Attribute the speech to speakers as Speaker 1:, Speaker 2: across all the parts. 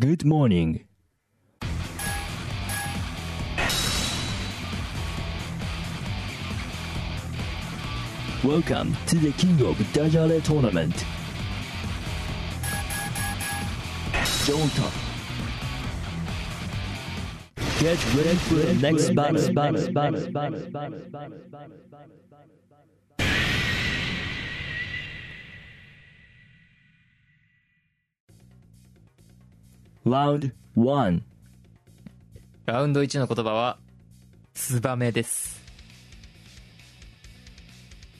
Speaker 1: Good morning. Welcome to the King of Dajale Tournament. Jota. Get ready for the next battle. battle, battle, battle, battle, battle, battle, battle, battle. ラウンド1
Speaker 2: ラウンド1の言葉は、ツバメです。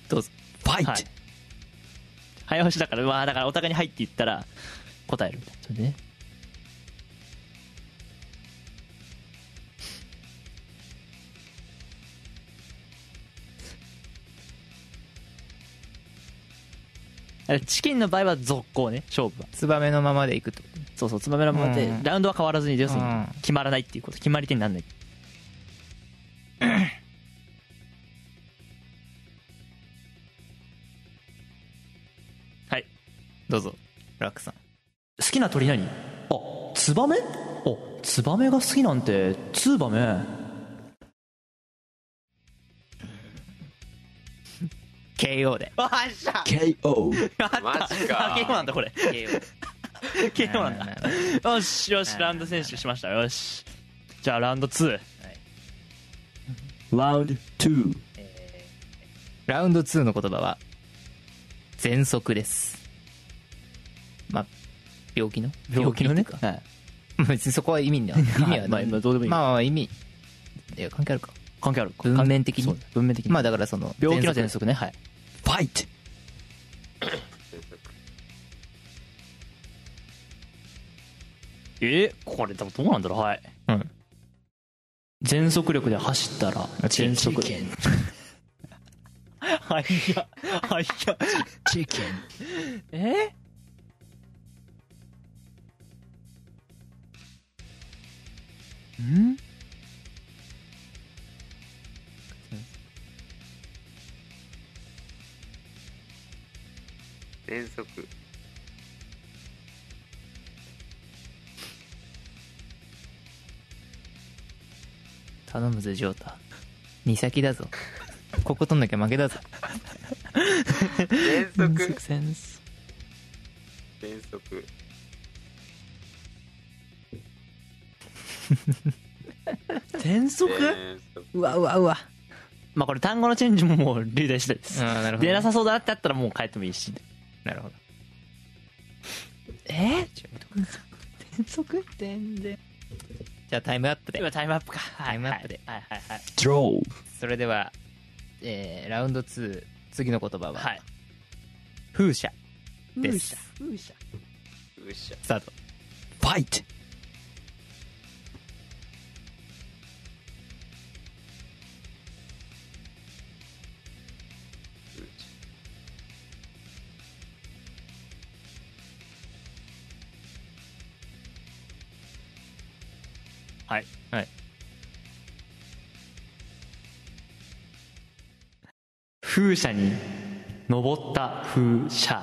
Speaker 2: どうぞ。
Speaker 1: ファイト、
Speaker 2: はい。早押しだから、まあだからお互いに入って言ったら、答えるみたいな。それでね。あチキンの場合は続行ね、勝負は。
Speaker 3: ツバメのままでいくってこ
Speaker 2: そうそう、つまめらもので、
Speaker 3: うん
Speaker 2: ラウンドは変わらずに、要するに
Speaker 3: うん
Speaker 2: 決まらないっていうこと、決まり手になら ない。はい、どうぞ、ラックさん。好きな鳥何あ、ツバメあ、ツバメが好きなんて、ツバメ。
Speaker 3: と KO で
Speaker 2: わっしゃ
Speaker 1: KO
Speaker 2: やった
Speaker 4: マジか
Speaker 2: KO なんだ、これ。
Speaker 3: KO
Speaker 2: KO なんだ。よし、よし、ラウンド選手しました。よし。じゃあ、ラウンド2。
Speaker 1: ラウンド2
Speaker 3: ラウンド2の言葉は喘息ですまあ病気の
Speaker 2: 病気のね
Speaker 3: っていう。か
Speaker 2: はい
Speaker 3: まあ別にそこは意味 には意味はな
Speaker 2: まあ
Speaker 3: い
Speaker 2: まあどうでもいい
Speaker 3: まあまあ意味いや関係あるか
Speaker 2: 関係ある
Speaker 3: 文面的
Speaker 2: そう
Speaker 3: に
Speaker 2: だ文面的に、
Speaker 3: まあだからその
Speaker 2: 病気の
Speaker 3: 喘
Speaker 2: 喘
Speaker 3: 息
Speaker 2: 息ねはい
Speaker 1: ファイト
Speaker 2: えこれでもどうなんだろうはい
Speaker 3: うん
Speaker 2: 全速力で走ったら全速
Speaker 1: チキ ン
Speaker 2: はいやはいや
Speaker 1: チキン
Speaker 2: えん
Speaker 4: 全速
Speaker 3: 頼むぜジョータ二先だぞここ取んなきゃ負けだぞ
Speaker 4: 全速
Speaker 2: 全速
Speaker 4: 全速
Speaker 2: 全速
Speaker 4: 全速
Speaker 3: うわうわうわ
Speaker 2: まあこれ単語のチェンジももう例題次第で
Speaker 3: あ
Speaker 2: す
Speaker 3: ーなるほど
Speaker 2: 出なさそうだなってあったらもう変えてもいいし
Speaker 3: なるほど
Speaker 2: え全速全然
Speaker 3: じゃあタイムアップで
Speaker 2: 今タイムアップかタ
Speaker 3: イムアップで
Speaker 2: はいはいはい
Speaker 1: ドロ
Speaker 3: それでは、えーラウンド2次の言葉は、
Speaker 2: はい、はい
Speaker 3: 風車
Speaker 2: で
Speaker 3: です
Speaker 2: す
Speaker 4: うっしゃ
Speaker 3: スタート
Speaker 1: ーファイト
Speaker 4: うっし
Speaker 2: はい
Speaker 3: はい
Speaker 2: 風車に登った風車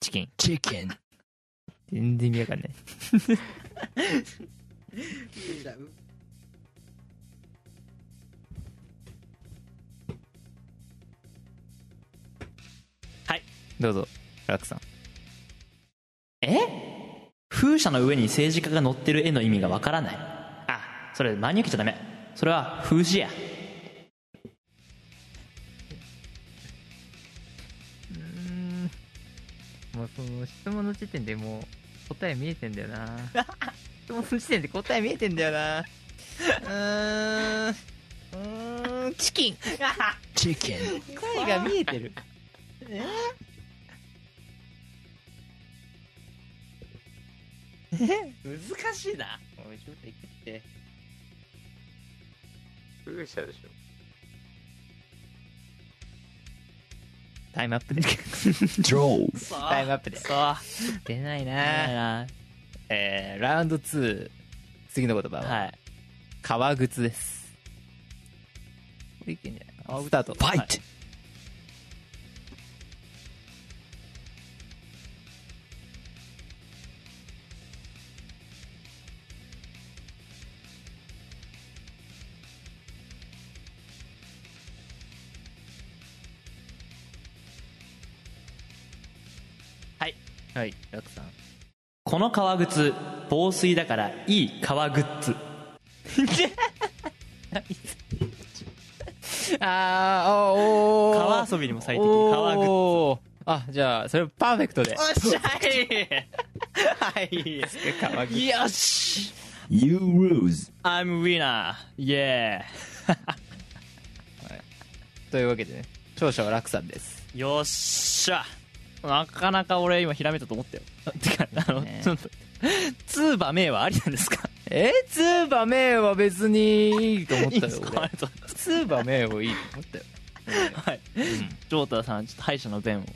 Speaker 3: チキン
Speaker 1: チキン
Speaker 3: 全然意味わかんない
Speaker 2: はい
Speaker 3: どうぞラクさん
Speaker 2: え風車の上に政治家が乗ってる絵の意味がわからないあそれ真に受けちゃダメそれは風刺や
Speaker 3: もうその質問の時点でもう答え見えてんだよ な質問の時点で答え見えてんだよなうーんうーんチキン
Speaker 1: チキン
Speaker 3: 答えが見えて る
Speaker 2: 難しいな
Speaker 3: おいちょっと行って
Speaker 4: ゃうっしゃでしょ
Speaker 3: タイムアップで
Speaker 1: ドロ
Speaker 2: そう
Speaker 3: タイムアップで
Speaker 2: そう
Speaker 3: 出ない
Speaker 2: はい
Speaker 3: な
Speaker 2: な
Speaker 3: えー、ラウンド2次の言葉は、
Speaker 2: はい
Speaker 3: 革靴ですこれいけんじゃないスタート
Speaker 1: ファイト
Speaker 4: う
Speaker 2: はい楽さんこの革靴防水だからいい革グッズ
Speaker 3: あー、あーおー。
Speaker 2: 川遊びにも最適川グッズ
Speaker 3: ズ。あ、じゃあ、それパーフェクトで。
Speaker 2: っしゃい はい
Speaker 3: 川グッズ。
Speaker 2: よし
Speaker 1: You lose.
Speaker 2: I'm winner! Yeah!
Speaker 3: というわけでね、勝者は楽さんです。
Speaker 2: よっしゃなかなか俺今ひらめいたと思ったよ。あ てか、あの、
Speaker 3: ね
Speaker 2: ちょっと、ツーバメはありなんですか
Speaker 3: えー、ツーバメは別にいいと思っ
Speaker 2: いい
Speaker 3: た
Speaker 2: で
Speaker 3: よ
Speaker 2: す、かあ
Speaker 3: 俺
Speaker 2: り。がとうございます
Speaker 3: ツーバメもいいと思ったよ。
Speaker 2: はい。ジョータさん、ちょっと敗者の弁を。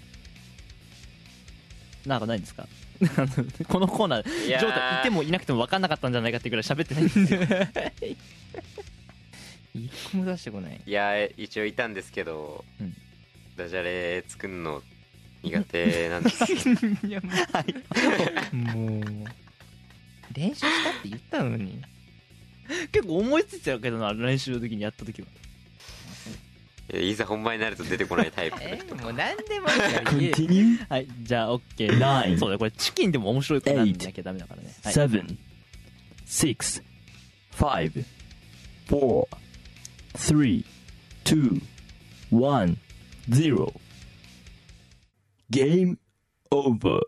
Speaker 2: なんかないんですか あのこのコーナー、ジ
Speaker 4: い
Speaker 2: ョ
Speaker 4: やー
Speaker 2: ータいてもいなくても分かんなかったんじゃないかってぐらい喋ってないんですよ。
Speaker 3: 一個も出してこない。
Speaker 4: いやー一応いたんですけど、
Speaker 2: うん
Speaker 4: ダジャレ作るの苦手なんですよ
Speaker 3: いや、もう。もう。練習したって言ったのに。
Speaker 2: 結構思いついてたけどな、練習の時にやった時は。
Speaker 4: いやいざ本番になると出てこないタイプ
Speaker 3: えー、もう何でもいいから言えよ
Speaker 1: Continue.
Speaker 2: はい、じゃあ OK。
Speaker 1: Nine
Speaker 2: そうだよ、これチキンでも面白いことなんなきゃダメだからね。はい、
Speaker 1: Seven, six, five, four, three, two, one, zero. Game over.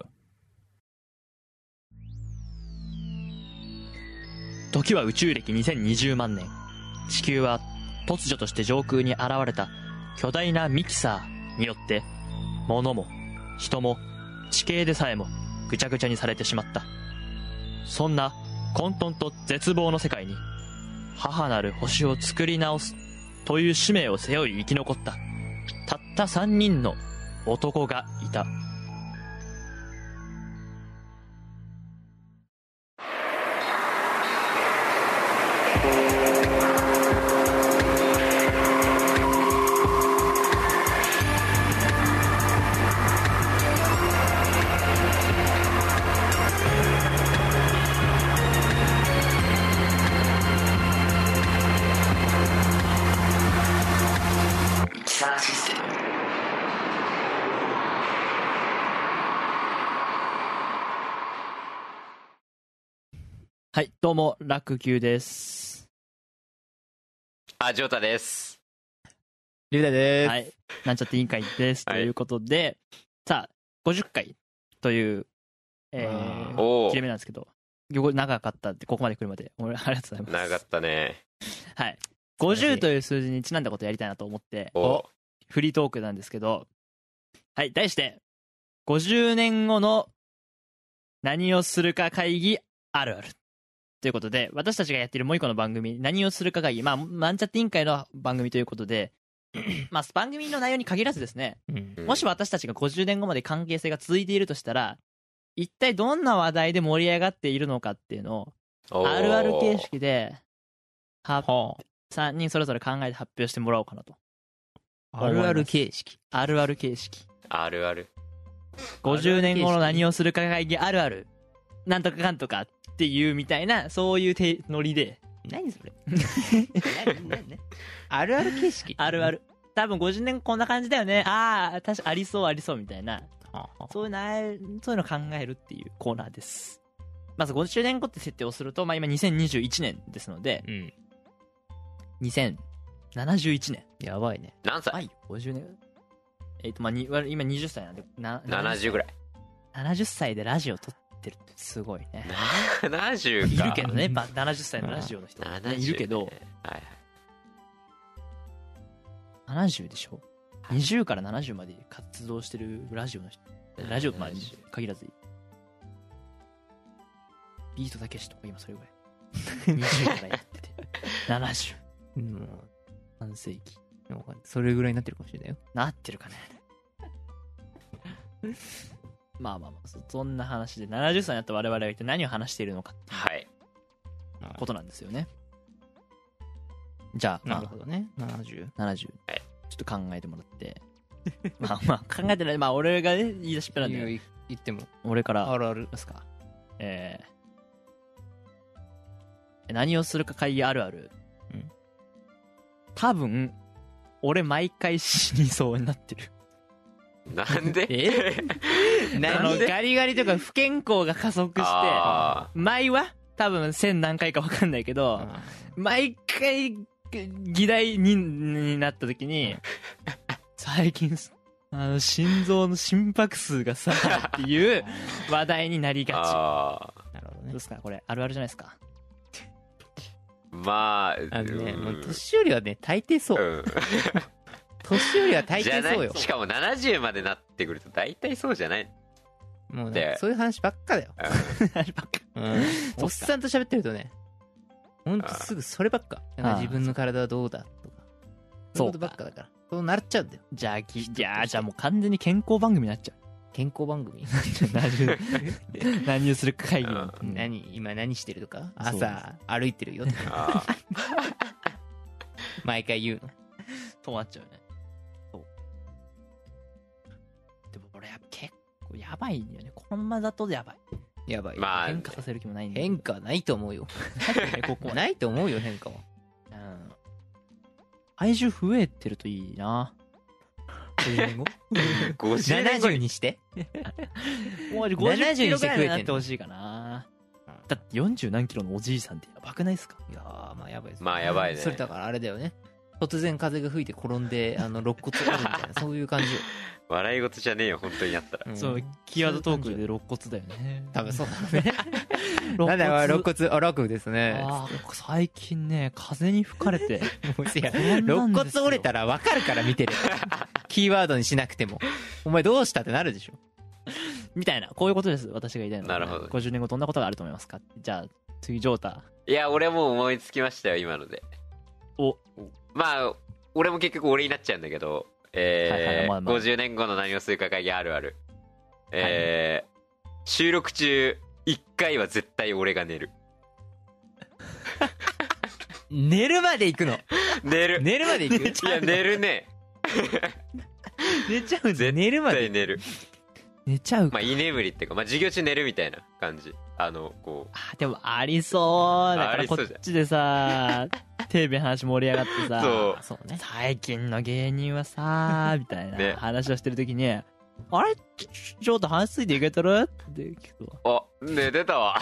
Speaker 2: 時は宇宙歴2020万年地球は突如として上空に現れた巨大なミキサーによって物も人も地形でさえもぐちゃぐちゃにされてしまったそんな混沌と絶望の世界に母なる星を作り直すという使命を背負い生き残ったたった3人の男がいたはいどうも楽球です
Speaker 4: あジョータです
Speaker 3: リュウダです。
Speaker 2: はい。なんちゃって委員会です。と
Speaker 4: はい
Speaker 2: いうことで、さあ、50回という、え
Speaker 3: わ
Speaker 2: ー、
Speaker 4: おお
Speaker 2: 切れ目なんですけど、よ長かったって、ここまで来るまで。俺、ありがとうございます。
Speaker 4: 長かったね
Speaker 2: はい。
Speaker 3: 素晴らし
Speaker 2: 50
Speaker 3: い
Speaker 2: という数字にちなんだことやりたいなと思って、
Speaker 4: お
Speaker 2: フリートークなんですけど、はい、題して、50年後の何をするか会議あるある。ということで、私たちがやっているもう一個の番組、何をするか会議、まあ、マンチャット委員会の番組ということで、 まあ、番組の内容に限らずですね、
Speaker 3: うん
Speaker 2: もし私たちが50年後まで関係性が続いているとしたら、一体どんな話題で盛り上がっているのかっていうの
Speaker 4: お
Speaker 2: を、
Speaker 4: ー
Speaker 2: あるある形式で、は
Speaker 3: は
Speaker 2: 3人それぞれ考えて発表してもらおうかなと。
Speaker 3: あ、あるある形式。
Speaker 2: あるある形式。
Speaker 4: あるある
Speaker 2: 50年後の何をするか会議あるある。なんとかかんとかっていうみたいな、そういうてノリで、
Speaker 3: 何それ何何何あるある形式
Speaker 2: あるあ。る。多分50年後こんな感じだよね。ああ、確かありそうありそうみたいな。
Speaker 3: はあは
Speaker 2: そういうな、そういうの考えるっていうコーナーです。まず50年後って設定をすると、まあ今2021年ですので
Speaker 3: あ、うん。
Speaker 2: 2071年。
Speaker 3: やばいね。
Speaker 4: 何歳
Speaker 2: はい、50年。えっ、と、まあに、今20歳なんで、な
Speaker 4: 70ぐらい
Speaker 2: 70歳でラジオ撮ってるってすごいね。
Speaker 4: 70
Speaker 2: い
Speaker 4: か
Speaker 2: るけどね、ば70歳のラジオの人、ね
Speaker 4: 70
Speaker 2: いるけど
Speaker 4: ね、はい
Speaker 2: 70でしょ ?20 から70まで活動してるラジオの人、
Speaker 4: はい
Speaker 2: ラジオ、まあ
Speaker 4: 70、
Speaker 2: 限らず、ビートたけしとか今それぐらい。20からやってて、70、
Speaker 3: も
Speaker 2: 半世紀。
Speaker 3: う、わかんないそれぐらいになってるかもしれないよ。
Speaker 2: なってるかね。まあまあまあ、そそんな話で、70歳になった我々が一体何を話しているのかって
Speaker 4: はい
Speaker 2: ことなんですよね。じゃあ、まあ、
Speaker 3: どね。70。
Speaker 2: 70ちょ
Speaker 4: はい
Speaker 2: っと考えてもらってまあまあ考えてないまあ俺がね言い出しっぺなんで
Speaker 3: い言っても、
Speaker 2: 俺から
Speaker 3: あるある。
Speaker 2: ですかえー何をするか会議あるある、
Speaker 3: うん
Speaker 2: 多分俺毎回死にそうになってる
Speaker 4: なんで
Speaker 2: え
Speaker 3: あのガリガリとか不健康が加速して
Speaker 4: あ
Speaker 2: 前は多分1000何回か分かんないけど、毎回議題にになった時に最近あの心臓の心拍数がさっていう話題になり
Speaker 4: ー
Speaker 2: が
Speaker 4: あ
Speaker 3: なるほど
Speaker 2: ちどう
Speaker 3: ね
Speaker 2: ですかこれあるあるじゃないですか
Speaker 4: ーまあ
Speaker 3: あのね、
Speaker 4: うん
Speaker 3: もう年寄りはね大抵そううん年寄りは大
Speaker 4: じゃ
Speaker 3: 抵
Speaker 4: ない
Speaker 3: そうよ
Speaker 4: しかも70までなってくると大体そうじゃない
Speaker 3: もう
Speaker 4: で
Speaker 3: ねそういう話ばっかだよ、うん、おっさんと喋ってるとねほんとすぐそればっかなんか自分の体はどうだとかそういうことばっかだからそうなっちゃうんだよ
Speaker 2: じゃあきじゃあじゃあもう完全に健康番組になっ ちゃ
Speaker 3: 健康番組
Speaker 2: うなる何をするか会議に、
Speaker 4: うん
Speaker 3: 何今何してるとか
Speaker 2: そうです
Speaker 3: 朝歩いてるよとか
Speaker 4: あー
Speaker 3: 毎回言うの
Speaker 2: 止まっちゃうねそうでも俺やっぱ結構やばいんだよねこのままだとやばい
Speaker 3: やばいよ、
Speaker 4: まあ
Speaker 2: 変化させる気もないんだけど
Speaker 3: 変化ないと思うよ
Speaker 2: ないよねここは
Speaker 3: ないと思うよ変化は
Speaker 2: うん体重増えてるといいな。10年後
Speaker 4: 50年後
Speaker 3: 70
Speaker 4: に
Speaker 3: にして
Speaker 2: もう50
Speaker 3: 70
Speaker 2: キ
Speaker 3: にし
Speaker 2: ロぐらいに
Speaker 3: て増えてんの
Speaker 2: なってほしいかな。だって40何キロのおじいさんってやばくないですか
Speaker 3: いやーまあやばいです
Speaker 4: まあやばいね
Speaker 3: それだからあれだよね突然風が吹いて転んであの肋骨折るみ たいなそういう感じよ、
Speaker 4: 笑い事じゃねえよ本当にやったら
Speaker 3: ん
Speaker 2: そう、キーワードトークで肋骨だよね。
Speaker 3: 多分そう だね
Speaker 2: 肋
Speaker 3: なんだよ
Speaker 2: 肋
Speaker 3: 肋骨あ楽ですね
Speaker 2: あー最近ね、風に吹かれ て。
Speaker 3: もういや
Speaker 2: そうなんです
Speaker 3: 肋
Speaker 2: よ
Speaker 3: 骨折れたら分かるから見てる キーワードにしなくてもお前どうしたってなるでしょ
Speaker 2: みたいな、こういうことです。私が言いたいのは。
Speaker 4: なるほど
Speaker 2: 50年後どんなことがあると思いますかじゃあ、次、ジョータ。
Speaker 4: いや俺もう思いつきましたよ今ので
Speaker 2: お
Speaker 4: まあ俺も結局俺になっちゃうんだけど
Speaker 2: はいは
Speaker 4: え
Speaker 2: いまあ
Speaker 4: ー
Speaker 2: まあ
Speaker 4: 50年後の何をするか会議あるあるえー収録中1回は絶対俺が寝る
Speaker 3: 寝るまで行くの
Speaker 4: 寝る
Speaker 3: 寝るまで行く
Speaker 4: いや寝るね
Speaker 3: 寝ちゃうん
Speaker 4: 絶
Speaker 3: 寝るま
Speaker 4: 絶
Speaker 3: で
Speaker 4: 対寝る
Speaker 2: 寝ちゃうか。
Speaker 4: まあ居眠りっていうかまあ授業中寝るみたいな感じあのこう
Speaker 2: あーでもありそうだ
Speaker 4: ああ
Speaker 2: から
Speaker 4: りそ
Speaker 2: こ
Speaker 4: うじゃん
Speaker 2: っちで さテレビの話盛り上がってさ
Speaker 4: そう
Speaker 3: そうね
Speaker 2: 最近の芸人は さみたい
Speaker 4: ね
Speaker 2: な話をしてる時に、あれちょちょっと話ついていけてるって聞くと
Speaker 4: あ寝てたわ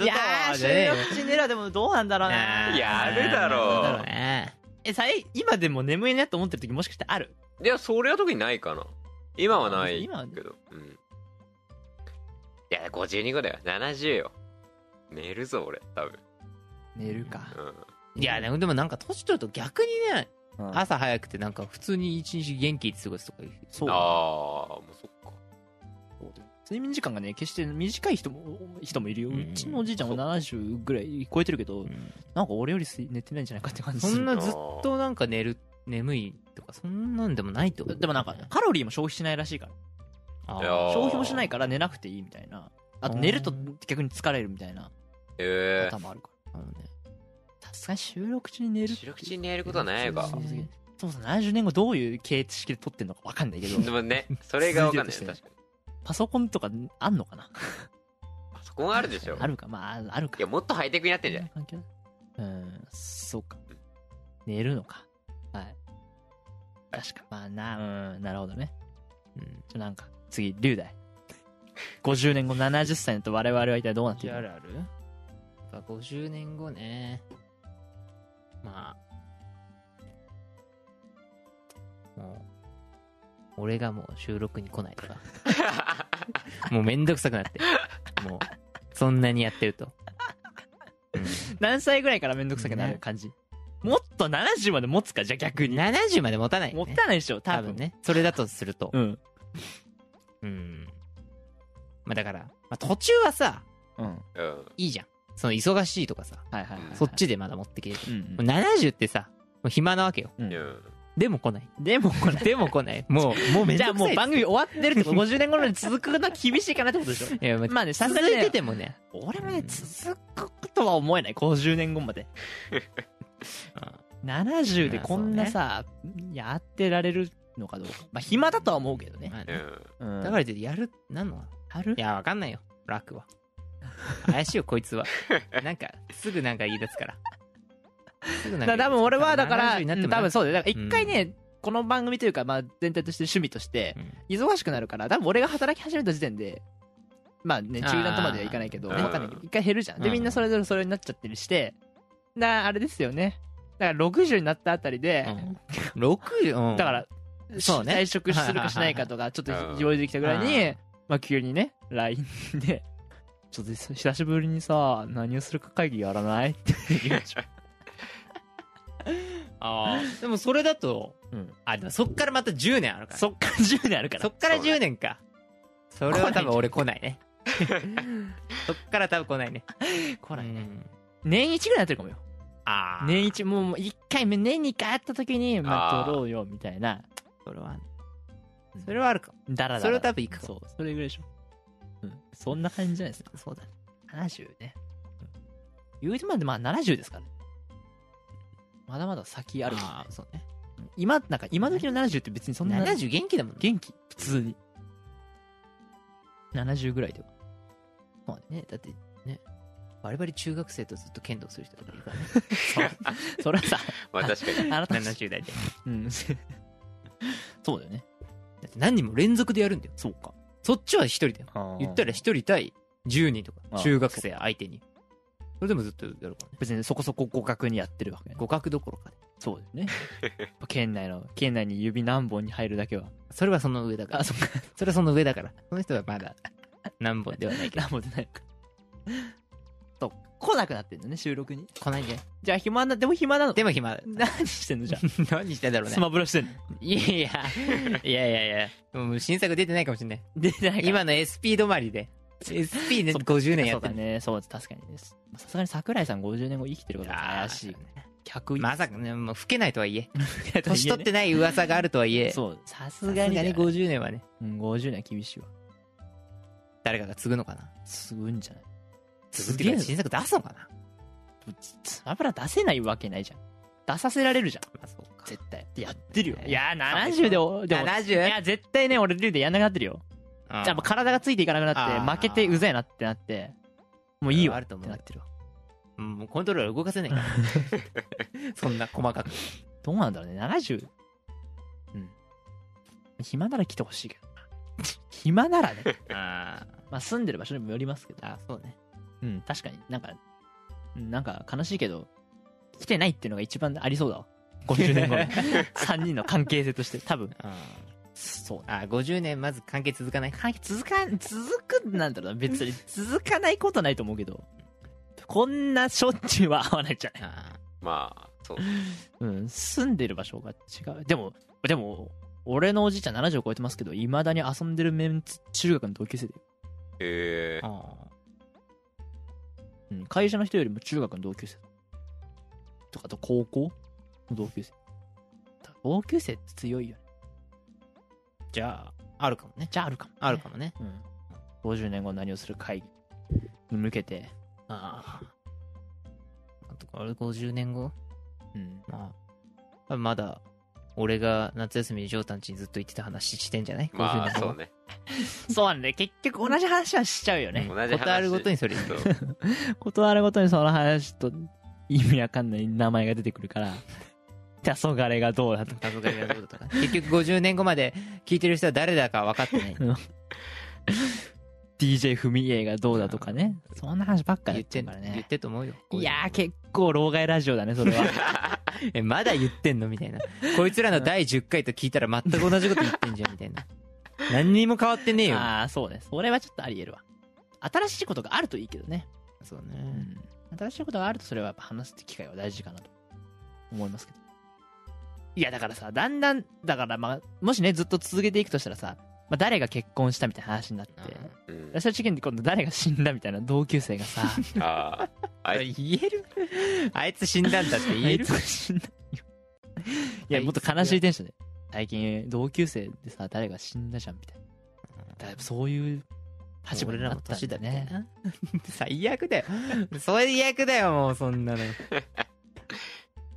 Speaker 2: いやー
Speaker 3: じゃねえ
Speaker 2: 収
Speaker 3: よ
Speaker 2: 録中寝ろでもどうなんだろうな
Speaker 3: あー
Speaker 4: やるだろう
Speaker 3: だろうね
Speaker 2: えさい今でも眠いなと思ってる時もしかしてある
Speaker 4: いやそれは特にないかな今はない
Speaker 2: 今はね
Speaker 4: けどうんいや52個だよ70よ寝るぞ俺多分
Speaker 2: 寝るか、
Speaker 3: いやでもでもなんか年取ると逆にね
Speaker 2: うん
Speaker 3: 朝早くてなんか普通に一日元気に過ごすとか言う
Speaker 2: そう
Speaker 4: ああーもうそっか
Speaker 2: 睡眠時間がね決して短い人も人もいるよ、う
Speaker 3: うん
Speaker 2: ちのおじいちゃんは70ぐらい超えてるけど、なんか俺より睡寝てないんじゃないかって感じす
Speaker 3: そ
Speaker 2: る
Speaker 3: んなずっとなんか寝る眠いとかそんなんでもないと
Speaker 2: でもなんかカロリーも消費しないらしいから
Speaker 3: あ
Speaker 4: いやー
Speaker 2: 消費もしないから寝なくていいみたいなあと寝ると
Speaker 3: うん
Speaker 2: 逆に疲れるみたいな
Speaker 4: え
Speaker 2: 方もあるからさすがに収録中に寝
Speaker 4: え
Speaker 2: るって
Speaker 4: 収録中に寝ることはないか
Speaker 2: そうそうそうそもそも70年後どういう形式で撮ってんのか分かんないけど
Speaker 4: でもねそれがわかんない
Speaker 2: 続いてるとして
Speaker 4: 確かに
Speaker 2: パソコンとかあんのかな
Speaker 4: パソコンあるでしょ
Speaker 2: あるかまああるか
Speaker 4: いやもっとハイテクになってんじゃない
Speaker 2: 関係ないうんそうか寝るのかはい確かまあなうんなるほどね
Speaker 3: うん
Speaker 2: じゃあなんか次龍大50年後70歳になって我々は一体どうなっている
Speaker 3: あ
Speaker 2: の
Speaker 3: るあるやっぱ50年後ねまあもう俺がもう収録に来ない とかもうめんどくさくなってもうそんなにやってると、
Speaker 2: 何歳ぐらいからめんどくさくなる感じ、もっと70まで持つかじゃあ逆に
Speaker 3: 70まで持たないよ
Speaker 2: 持
Speaker 3: ね
Speaker 2: たないでしょ多
Speaker 3: 多
Speaker 2: 分
Speaker 3: 分ねそれだとすると
Speaker 2: うん
Speaker 3: うんまあだから、まあ、途中はさ
Speaker 2: うん
Speaker 4: うん
Speaker 3: いいじゃんその忙しいとかさ
Speaker 2: はいはいはい、はい、
Speaker 3: そっちでまだ持ってきれる
Speaker 2: うん、
Speaker 3: もう70ってさもう暇なわけよ
Speaker 2: うん
Speaker 4: いや
Speaker 3: でも来 ない
Speaker 2: でもこれ
Speaker 3: でも来ないもうもうめん
Speaker 2: じ
Speaker 3: ど
Speaker 2: ゃあ
Speaker 3: くさ
Speaker 2: も
Speaker 3: いう
Speaker 2: 番組終わってるってこと50年後まで続くのは厳しいかなってことでしょ
Speaker 3: いや まあ
Speaker 2: まあねさす
Speaker 3: 続
Speaker 2: がに
Speaker 3: い
Speaker 2: ね
Speaker 3: ててもね
Speaker 2: 俺もね続くとは思えない50年後ま で70でこんなさ、やってられるのかどうかまあ暇だとは思うけどね、
Speaker 3: まあ
Speaker 4: う
Speaker 3: ね
Speaker 4: ん
Speaker 2: うん
Speaker 3: だからといってやるなんの
Speaker 2: やる
Speaker 3: いやわかんないよ楽は怪しいよこい つはなんかすぐなんか言い出すからすぐなん
Speaker 2: だ
Speaker 3: か
Speaker 2: から多分俺はだから、
Speaker 3: 70に
Speaker 2: うん
Speaker 3: なっても
Speaker 2: 多分そうだよ。だから一回ね、この番組というか、まあ、全体として趣味として
Speaker 3: うん
Speaker 2: 忙しくなるから多分俺が働き始めた時点でまあね中断とまではいかないけど
Speaker 4: あ
Speaker 2: わ
Speaker 4: ー
Speaker 2: かんないけど一回減るじゃんで
Speaker 3: うん
Speaker 2: みんなそれぞれそれになっちゃってるしてなあれですよねだから60になったあたりで、
Speaker 3: 6、うん、
Speaker 2: だから、
Speaker 3: そうね
Speaker 2: 退職するかしないかとか、ちょっと
Speaker 4: うん
Speaker 2: 用意できたぐらいに、
Speaker 3: う
Speaker 2: まあ急にね、LINE で、ちょっと久しぶりにさ、何をするか会議やらないって言うでしょ。
Speaker 3: あー でもそれだと、
Speaker 2: うん
Speaker 3: あでもそっからまた10年あるから
Speaker 2: そっから10年あるから。
Speaker 3: そっから10年かそれは多分俺来ないね そっから多分来ないね
Speaker 2: 来ない。
Speaker 3: うん
Speaker 2: 年1ぐらいになってるかもよ。
Speaker 3: ああ
Speaker 2: 年1、もうもう1回目、年2回会った時に、まあ
Speaker 4: あー
Speaker 2: 撮ろうよ、みたいな。
Speaker 3: それはそれはあるかも
Speaker 2: だらだら。
Speaker 3: それは多分いくか
Speaker 2: そう、それぐらいでしょ。うん。そんな感じじゃないですか。そうだね。70ね。うん言うてまでまあ70ですからね。まだまだ先ある。
Speaker 3: あーそうね
Speaker 2: 今、なんか今時の70って別にそんな
Speaker 3: 70元気だもんね
Speaker 2: 元気普通に70ぐらいでは
Speaker 3: まあねだってねバリバリ中学生とずっと剣道する人とかいるからね
Speaker 2: それは さ
Speaker 4: まあ確かに
Speaker 2: あなた
Speaker 3: 70代で
Speaker 2: うんそうだよね
Speaker 3: だって何人も連続でやるんだよそうかそっちは一人だよ言ったら一人対10人とか
Speaker 2: あー
Speaker 3: 中学生相手にそれでもずっとやるからね
Speaker 2: 別にそこそこ互角にやってるわけね
Speaker 3: 互角どころかね
Speaker 2: そうだよね県内の県内に指何本に入るだけは
Speaker 3: それはその上だ から
Speaker 2: あそっか
Speaker 3: それはその上だからその人はま だ何本ではないけど
Speaker 2: 何本でないのかと来なくなってんのね収録に
Speaker 3: 来ないね
Speaker 2: じゃあ暇なでも暇なの
Speaker 3: でも暇だ
Speaker 2: 何してんのじゃ
Speaker 3: 何してんだ
Speaker 2: あ
Speaker 3: ろう
Speaker 2: ス
Speaker 3: ね
Speaker 2: マブラしてんの
Speaker 3: いやいやいやいやいやもう新作出てないかもしれない
Speaker 2: 出てないから
Speaker 3: 今の SP 止まりで SP ね
Speaker 2: そっ
Speaker 3: 50年や
Speaker 2: そ
Speaker 3: っ
Speaker 2: う
Speaker 3: て
Speaker 2: だ
Speaker 3: る
Speaker 2: ねそう確かにねさすがに桜井さん50年後生きてることは怪しいよね100
Speaker 3: まさかねもう老け ないとはいえ
Speaker 2: いや
Speaker 3: 年取ってない噂があるとはいえさ
Speaker 2: そうさす
Speaker 3: す
Speaker 2: が
Speaker 3: が
Speaker 2: に
Speaker 3: に
Speaker 2: ね
Speaker 3: 50年はね
Speaker 2: うん50年は厳しいわ
Speaker 3: 誰かが継ぐのかな
Speaker 2: すぐんじゃない
Speaker 3: 継ぐ
Speaker 2: す
Speaker 3: って
Speaker 2: げ
Speaker 3: い
Speaker 2: え
Speaker 3: う
Speaker 2: な
Speaker 3: か新作出すのかな
Speaker 2: スマブラ出せないわけないじゃん出させられるじゃん
Speaker 3: まあそうか
Speaker 2: 絶対やってるよいや
Speaker 3: そう
Speaker 2: 70でおでもい
Speaker 3: 70?
Speaker 2: や絶対ね俺ルーでやんなくなってるよ
Speaker 3: うん
Speaker 2: じゃあもう体がついていかなく
Speaker 3: あ
Speaker 2: な
Speaker 3: ー
Speaker 2: って負けてうざいなってなってもういいわ
Speaker 3: あ
Speaker 2: っ
Speaker 3: る
Speaker 2: て
Speaker 3: と思う
Speaker 2: なってるわ
Speaker 3: うんもうコントローラー動かせないから そんな細かく
Speaker 2: どうなんだろうね70うん暇なら来てほしいけどな 暇ならね
Speaker 3: あ
Speaker 2: まあ住んでる場所にもよりますけど
Speaker 3: あそうね
Speaker 2: うん、確かに。なんか、うんなんか悲しいけど、来てないっていうのが一番ありそうだわ。50年後の 3人の関係性として、多分。
Speaker 3: あ
Speaker 2: そう。
Speaker 3: あ50年まず関係続かない
Speaker 2: 関係続か、続く、なんだろうな、別に続かないことないと思うけど、こんなしょっちゅうは合わないじゃない。
Speaker 3: あ
Speaker 4: まあそう
Speaker 2: うん、住んでる場所が違う。でも、でも、俺のおじいちゃん70を超えてますけど、未だに遊んでるメンツ、中学の同級生で。
Speaker 4: へえ
Speaker 3: あ
Speaker 2: うん、会社の人よりも中学の同級生とかあと高校の同級生同級生って強いよね
Speaker 3: じゃああるかもね
Speaker 2: じゃああるかも、
Speaker 3: あるかもね
Speaker 2: も、うん、50年後何をする会議に向けて
Speaker 3: あああとこれ50年後
Speaker 2: うん
Speaker 3: まあまだ俺が夏休みにジョータンちにずっと言ってた話してんじゃない
Speaker 4: ま
Speaker 3: 50
Speaker 4: あ
Speaker 3: 年後
Speaker 4: そうね
Speaker 2: そうなんで結局同じ話はしちゃうよね
Speaker 4: 同じ話
Speaker 3: ことあるごとにそれ
Speaker 4: そう
Speaker 2: 断るごとにその話と意味わかんない名前が出てくるから黄昏がどうだとか
Speaker 3: 家族がやることとか 結局50年後まで聞いてる人は誰だか分かってない
Speaker 2: DJ 文家がどうだとかねそんな話ばっかり
Speaker 3: 言っ
Speaker 2: 言って
Speaker 3: て
Speaker 2: る
Speaker 3: ん
Speaker 2: から
Speaker 3: 言っ
Speaker 2: ね
Speaker 3: てると思うよ
Speaker 2: いやー結構老害ラジオだねそれは
Speaker 3: えまだ言ってんのみたいなこいつらの第10回と聞いたら全く同じこと言ってんじゃんみたいな何にも変わってねえよ
Speaker 2: ああ、そうね。それはちょっとあり得るわ。新しいことがあるといいけどね。
Speaker 3: そう
Speaker 2: う
Speaker 3: ね
Speaker 2: ん。新しいことがあると、それはやっぱ話すって機会は大事かなと思いますけど。いや、だからさ、だんだん、だからまあ、もしね、ずっと続けていくとしたらさ、まあ、誰が結婚したみたいな話になって、
Speaker 4: うん
Speaker 2: 私は事件で今度誰が死んだみたいな同級生がさ、
Speaker 4: あーあい
Speaker 3: 言える あいつ死んだんだって
Speaker 2: あ
Speaker 3: 言え
Speaker 2: い
Speaker 3: る
Speaker 2: つが死んだよ。いや、もっと悲しいテンションで。最近、同級生でさ、誰が死んだじゃんみたいな。だいぶそういう立場
Speaker 3: 俺
Speaker 2: にな
Speaker 3: ら
Speaker 2: っ
Speaker 3: も
Speaker 2: たん
Speaker 3: 年
Speaker 2: だ
Speaker 3: だ
Speaker 2: よ
Speaker 3: ね
Speaker 2: ね。
Speaker 3: 最悪だよ最悪だよもうそんな の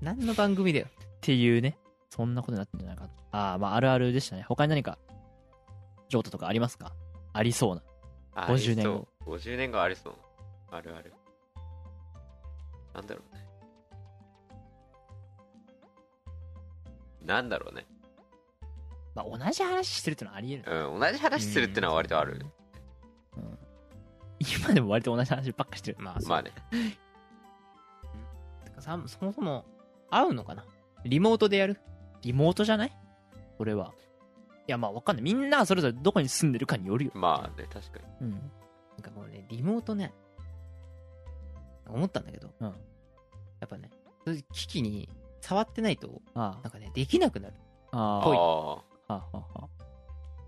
Speaker 3: 何の番組だよ
Speaker 2: っていうね、そんなことになってんじゃないかと。ああ、まあ、あるあるでしたね。他に何か、ジョータとかありますかありそうな。
Speaker 4: あ
Speaker 2: 50年後
Speaker 4: ありそう50年後ありそうあるあるなんだろうねなんだろうね
Speaker 2: まあ、同じ話してるってのはありえる。
Speaker 4: うん、同じ話するってのは割とある。
Speaker 2: 今でも割と同じ話ばっかしてる。
Speaker 3: まあ、そう
Speaker 4: まあね。
Speaker 3: てかさそもそも、合うのかなリモートでやる
Speaker 2: リモートじゃないこれは。いや、まあわかんない。みんながそれぞれどこに住んでるかによるよ。
Speaker 4: まあね、確かに。
Speaker 2: うん。
Speaker 3: なんかもうね、リモートね、思ったんだけど、
Speaker 2: うん
Speaker 3: やっぱね、そういう機器に触ってないと、
Speaker 2: あ
Speaker 3: なんかね、できなくなる。
Speaker 2: あ。あ
Speaker 4: あ
Speaker 3: ぽい
Speaker 4: あ。
Speaker 2: あ。ああ。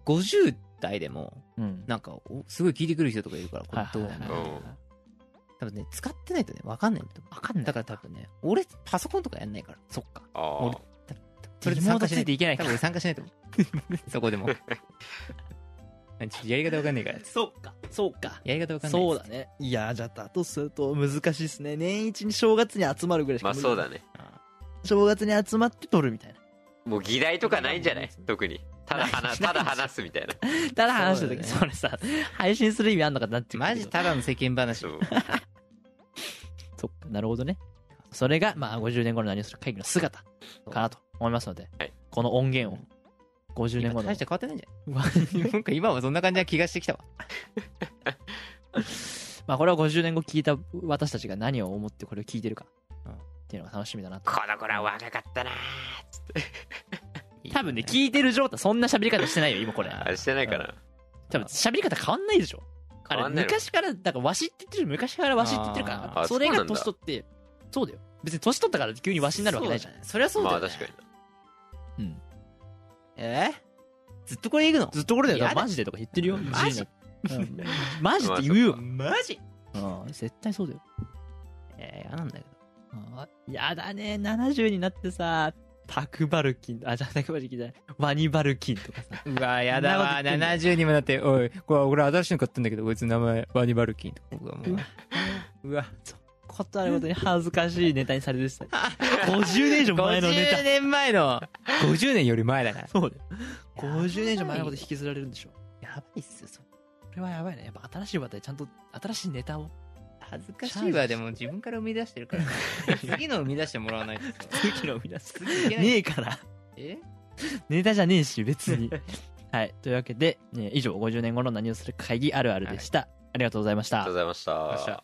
Speaker 3: 50代でも、
Speaker 2: うん。
Speaker 3: なんか、おすごい聞いてくる人とかいるから、こ
Speaker 2: は
Speaker 3: れ
Speaker 2: い
Speaker 3: ど
Speaker 2: はいうはい
Speaker 3: なの
Speaker 2: はいは
Speaker 3: 多分ね、使ってないとね、わかんないんだと思う。
Speaker 2: わかんない
Speaker 3: だから多分ね、俺、パソコンとかやんないから。そっか。
Speaker 4: あ
Speaker 3: 俺
Speaker 4: あ。
Speaker 3: それ
Speaker 2: い。
Speaker 3: で
Speaker 2: リモ
Speaker 3: 参
Speaker 2: ート
Speaker 3: 加
Speaker 2: つ
Speaker 3: しないいと
Speaker 2: て
Speaker 3: い
Speaker 2: いけない
Speaker 3: 多
Speaker 2: か
Speaker 3: 分
Speaker 2: ら。
Speaker 3: 俺参加しないと思 う。そこでも。ちょっとやり方わかんないから。
Speaker 2: そっか、そうか。
Speaker 3: やり方わかんない
Speaker 2: そうだね。いや、じゃあ、だとすると難しいですね。年一に正月に集まるぐらいしか
Speaker 4: まあ
Speaker 2: 無理
Speaker 4: そうだね。
Speaker 2: 正月に集まって撮るみたいな。
Speaker 4: もう議題とかないんじゃ ない特に。ただ話、ただ話すみ たいな。
Speaker 2: ただ話し
Speaker 3: そ
Speaker 2: た
Speaker 3: うだ
Speaker 2: 時、
Speaker 3: ね
Speaker 2: それさ、配信する意味あんのかなっていう
Speaker 3: マジただの世間話
Speaker 4: そ。 う。
Speaker 2: そっか、なるほどね。それが、まあ、50年後の何をする会議の姿かなと思いますので、
Speaker 4: はい
Speaker 2: この音源を50年
Speaker 3: 今
Speaker 2: 後の
Speaker 3: 大して変わってないんじゃ ないなんか今はそんな感じな気がしてきたわ。
Speaker 2: まあ、これは50年後聞いた私たちが何を思ってこれを聞いてるかっていうのが楽しみだなと。
Speaker 4: この頃は若かったなー
Speaker 2: 多分ね、聞いてる状態、そんな喋り方してないよ、今これ。
Speaker 4: あれしてないかな
Speaker 2: 多分喋り方変わんないでしょ。あ
Speaker 4: 変わ
Speaker 2: れ、
Speaker 4: んないの
Speaker 2: 昔から、だからわしって言ってる、昔からわしって言ってるか
Speaker 4: あー
Speaker 2: ら、
Speaker 4: あ
Speaker 2: それ
Speaker 4: そ
Speaker 2: が
Speaker 4: うなんだ
Speaker 2: 年取って、そうだよ。別に年取ったから急にわしになるわけないじゃん。
Speaker 3: ん。そりゃそうだ
Speaker 4: ま
Speaker 3: よ
Speaker 4: あ
Speaker 3: ね。
Speaker 4: 確かに。
Speaker 3: えーずっとこれでいくの
Speaker 2: ずっとこれだよ、
Speaker 3: や
Speaker 2: だ
Speaker 3: だ
Speaker 2: からマジでとか言ってるよ、
Speaker 3: マジ
Speaker 2: うんマジって言うよ。
Speaker 3: マジ
Speaker 2: うん絶対そうだよ。
Speaker 3: えー、嫌なんだけど。
Speaker 2: あーやだね、70になってさ、タクバルキン、あ、じゃあタクバルキンじゃない、ワニバルキンとか さ、
Speaker 3: うわ、やだ
Speaker 2: だわ
Speaker 3: わ。70にもなって、おい、これ俺新しいの買ったんだけど、こいつ名前、ワニバルキンとか。うわ、もう。うわ、
Speaker 2: ことあるごとに恥ずかしいネタにされ てさ、50年以上前のネ
Speaker 3: 50年前の。50年より前だから。
Speaker 2: タ。そうだよ。50年以上前のこと引きずられるんでしょ。
Speaker 3: やばいっすよ、それ
Speaker 2: これはやばいね。やっぱ新しい話題、ちゃんと新しいネタを。
Speaker 3: 恥ずかしいわ、でも自分から生み出してるから。 次の生み出してもらわないとさ。
Speaker 2: 次の皆さん。
Speaker 3: 次いけない
Speaker 2: ねえから。
Speaker 3: え
Speaker 2: ネタじゃねえし、別に。はい。というわけで、ね以上、50年後の何をする会議あるあるでした。ありがとうございまし
Speaker 4: あ
Speaker 2: た
Speaker 4: りがとう。ございました。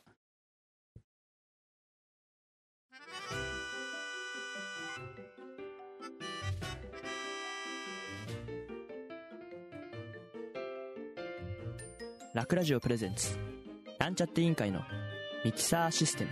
Speaker 5: ラクラジオプレゼンツなんちゃって委員会のミキサーシステム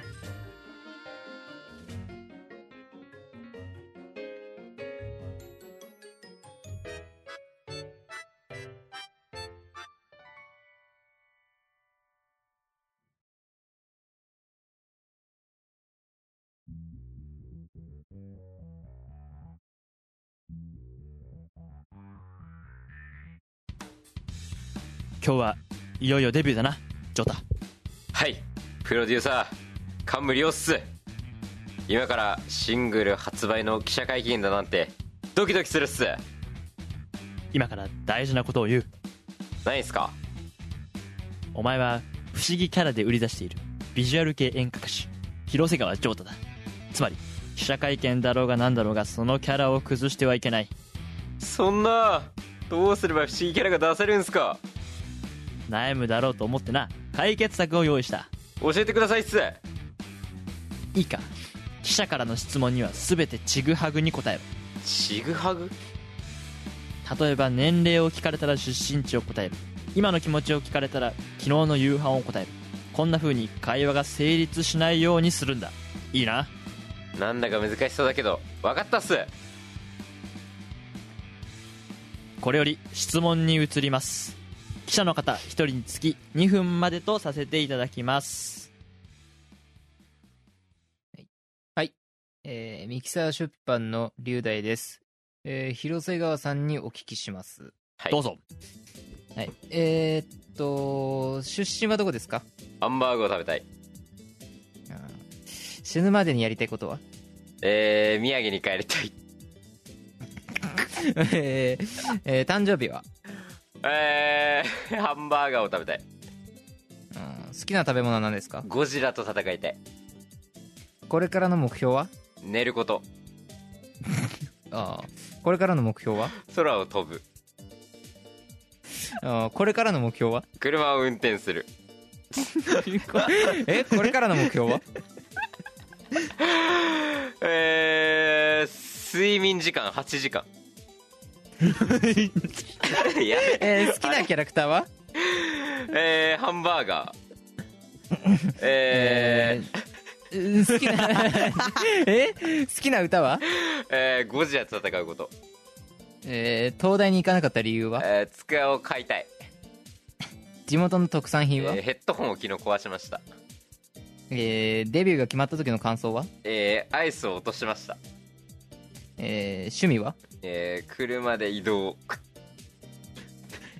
Speaker 6: 今日はいよいよデビューだなジョタ
Speaker 4: はいプロデューサー冠良っす今からシングル発売の記者会見だなんてドキドキするっす
Speaker 6: 今から大事なことを言う
Speaker 4: ないっすか
Speaker 6: お前は不思議キャラで売り出しているビジュアル系演歌歌手広瀬川ジョータだつまり記者会見だろうが何だろうがそのキャラを崩してはいけない
Speaker 4: そんなどうすれば不思議キャラが出せるんすか
Speaker 6: 悩むだろうと思ってな解決策を用意した
Speaker 4: 教えてくださいっす
Speaker 6: いいか記者からの質問には全てちぐはぐに答えろ
Speaker 4: ちぐはぐ
Speaker 6: 例えば年齢を聞かれたら出身地を答える今の気持ちを聞かれたら昨日の夕飯を答えるこんな風に会話が成立しないようにするんだいいな
Speaker 4: なんだか難しそうだけど分かったっす
Speaker 6: これより質問に移ります記者の方1人につき2分までとさせていただきます
Speaker 3: えーミキサー出版の龍大です。えー広瀬川さんにお聞きします。
Speaker 4: はい
Speaker 6: どうぞ
Speaker 3: はい。えーっと、出身はどこですか
Speaker 4: ハンバーグを食べたい
Speaker 3: あー死ぬまでにやりたいことは
Speaker 4: えー、宮城に帰りたい
Speaker 3: えーえー誕生日は
Speaker 4: えー、ハンバーガーを食べたい
Speaker 3: うん好きな食べ物は何ですか
Speaker 4: ゴジラと戦いたい
Speaker 3: これからの目標は
Speaker 4: 寝ること
Speaker 3: あー
Speaker 7: これからの目標は
Speaker 4: 空を飛ぶ
Speaker 7: あーこれからの目標は
Speaker 4: 車を運転する
Speaker 7: えこれからの目 標は
Speaker 4: えー、睡眠時間8時 間やべ
Speaker 7: えー好きなキャラクターは
Speaker 4: えー、ハンバーガーえー
Speaker 8: うん好き な
Speaker 7: え好きな歌は
Speaker 4: えー、ゴジラと戦うこと、
Speaker 7: えー東大に行かなかった理由は
Speaker 4: えー、机を買いたい、
Speaker 7: 地元の特産
Speaker 4: え
Speaker 7: 品は
Speaker 4: ー、ヘッドホンを昨日壊しました
Speaker 7: えーデビューが決まった時の感想は
Speaker 4: えー、アイスを落としました
Speaker 7: えー趣味は
Speaker 4: えー、車で移動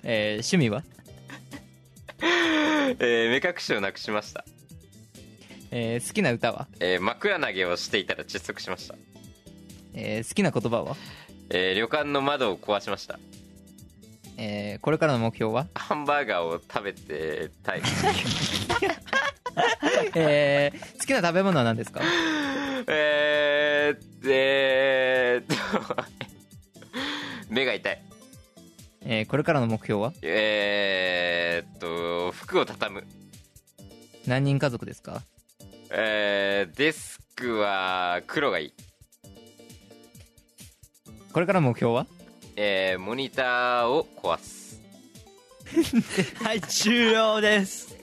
Speaker 7: えー趣味は
Speaker 4: えー、目隠しをなくしました
Speaker 7: えー好きな歌は
Speaker 4: えー、枕投げをしていたら窒息しました
Speaker 7: えー好きな言葉は
Speaker 4: えー、旅館の窓を壊しました
Speaker 7: えーこれからの目標 は
Speaker 4: ハンバーガーを食べてたい
Speaker 7: えー好きな食べ物は何ですか
Speaker 4: えー、えーっと 目が痛い
Speaker 7: えーこれからの目標は
Speaker 4: えー、っと服を畳む
Speaker 7: 何人家族ですか
Speaker 4: えー、デスクは黒がいい
Speaker 7: これからの目標は
Speaker 4: えー、モニターを壊す
Speaker 2: はい、終 了です。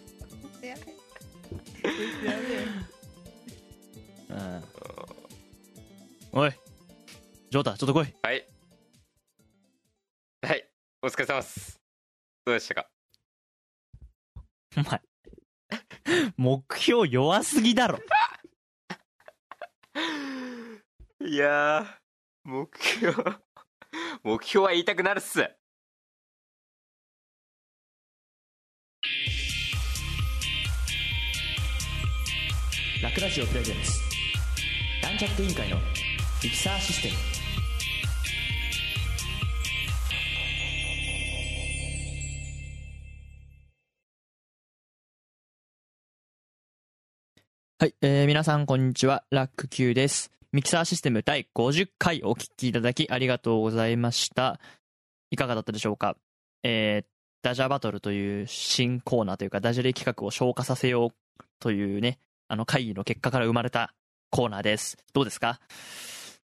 Speaker 8: うん
Speaker 2: おい、ジョータ、ちょっと来い。
Speaker 4: はいはいお疲れ様ですどうでしたか
Speaker 2: お前、 目標弱すぎだろ。
Speaker 4: いやー目標 目標は言いたくなるっす
Speaker 1: ラクラジオプレゼンツランチャット委員会のミキサーシステム
Speaker 2: はい、えー、皆さんこんにちは、ラック Q です。ミキサーシステム第50回お聞きいただきありがとうございました。いかがだったでしょうかえー、ダジャバトルという新コーナーというか、ダジャレ企画を消化させようというね、あの会議の結果から生まれたコーナーです。どうですか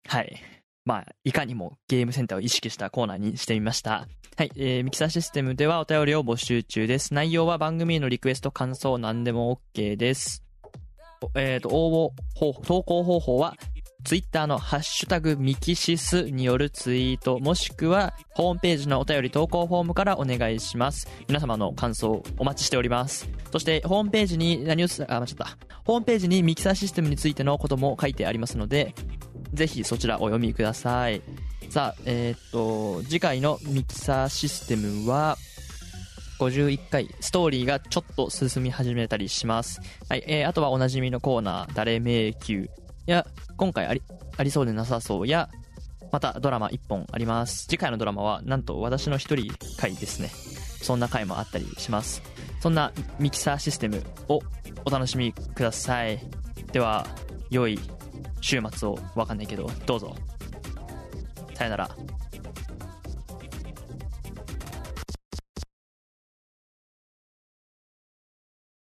Speaker 2: はい。まあ、いかにもゲームセンターを意識したコーナーにしてみました。はい、えー、ミキサーシステムではお便りを募集中です。内容は番組へのリクエスト、感想、何でも OK です。えーと、応募方法、投稿方法は、ツイッターのハッシュタグミキシスによるツイート、もしくは、ホームページのお便り投稿フォームからお願いします。皆様の感想お待ちしております。そして、ホームページに何をす、あ、間違った。ホームページにミキサーシステムについてのことも書いてありますので、ぜひそちらお読みください。さあ、えっ、と、次回のミキサーシステムは、51回、ストーリーがちょっと進み始めたりします。はい、えーあとはおなじみのコーナー、誰迷宮や、今回あり、ありそうでなさそうや、またドラマ1本あります。次回のドラマは、なんと私の一人回ですね。そんな回もあったりします。そんなミキサーシステムをお楽しみください。では、良い週末をわかんないけど、どうぞ。さよなら。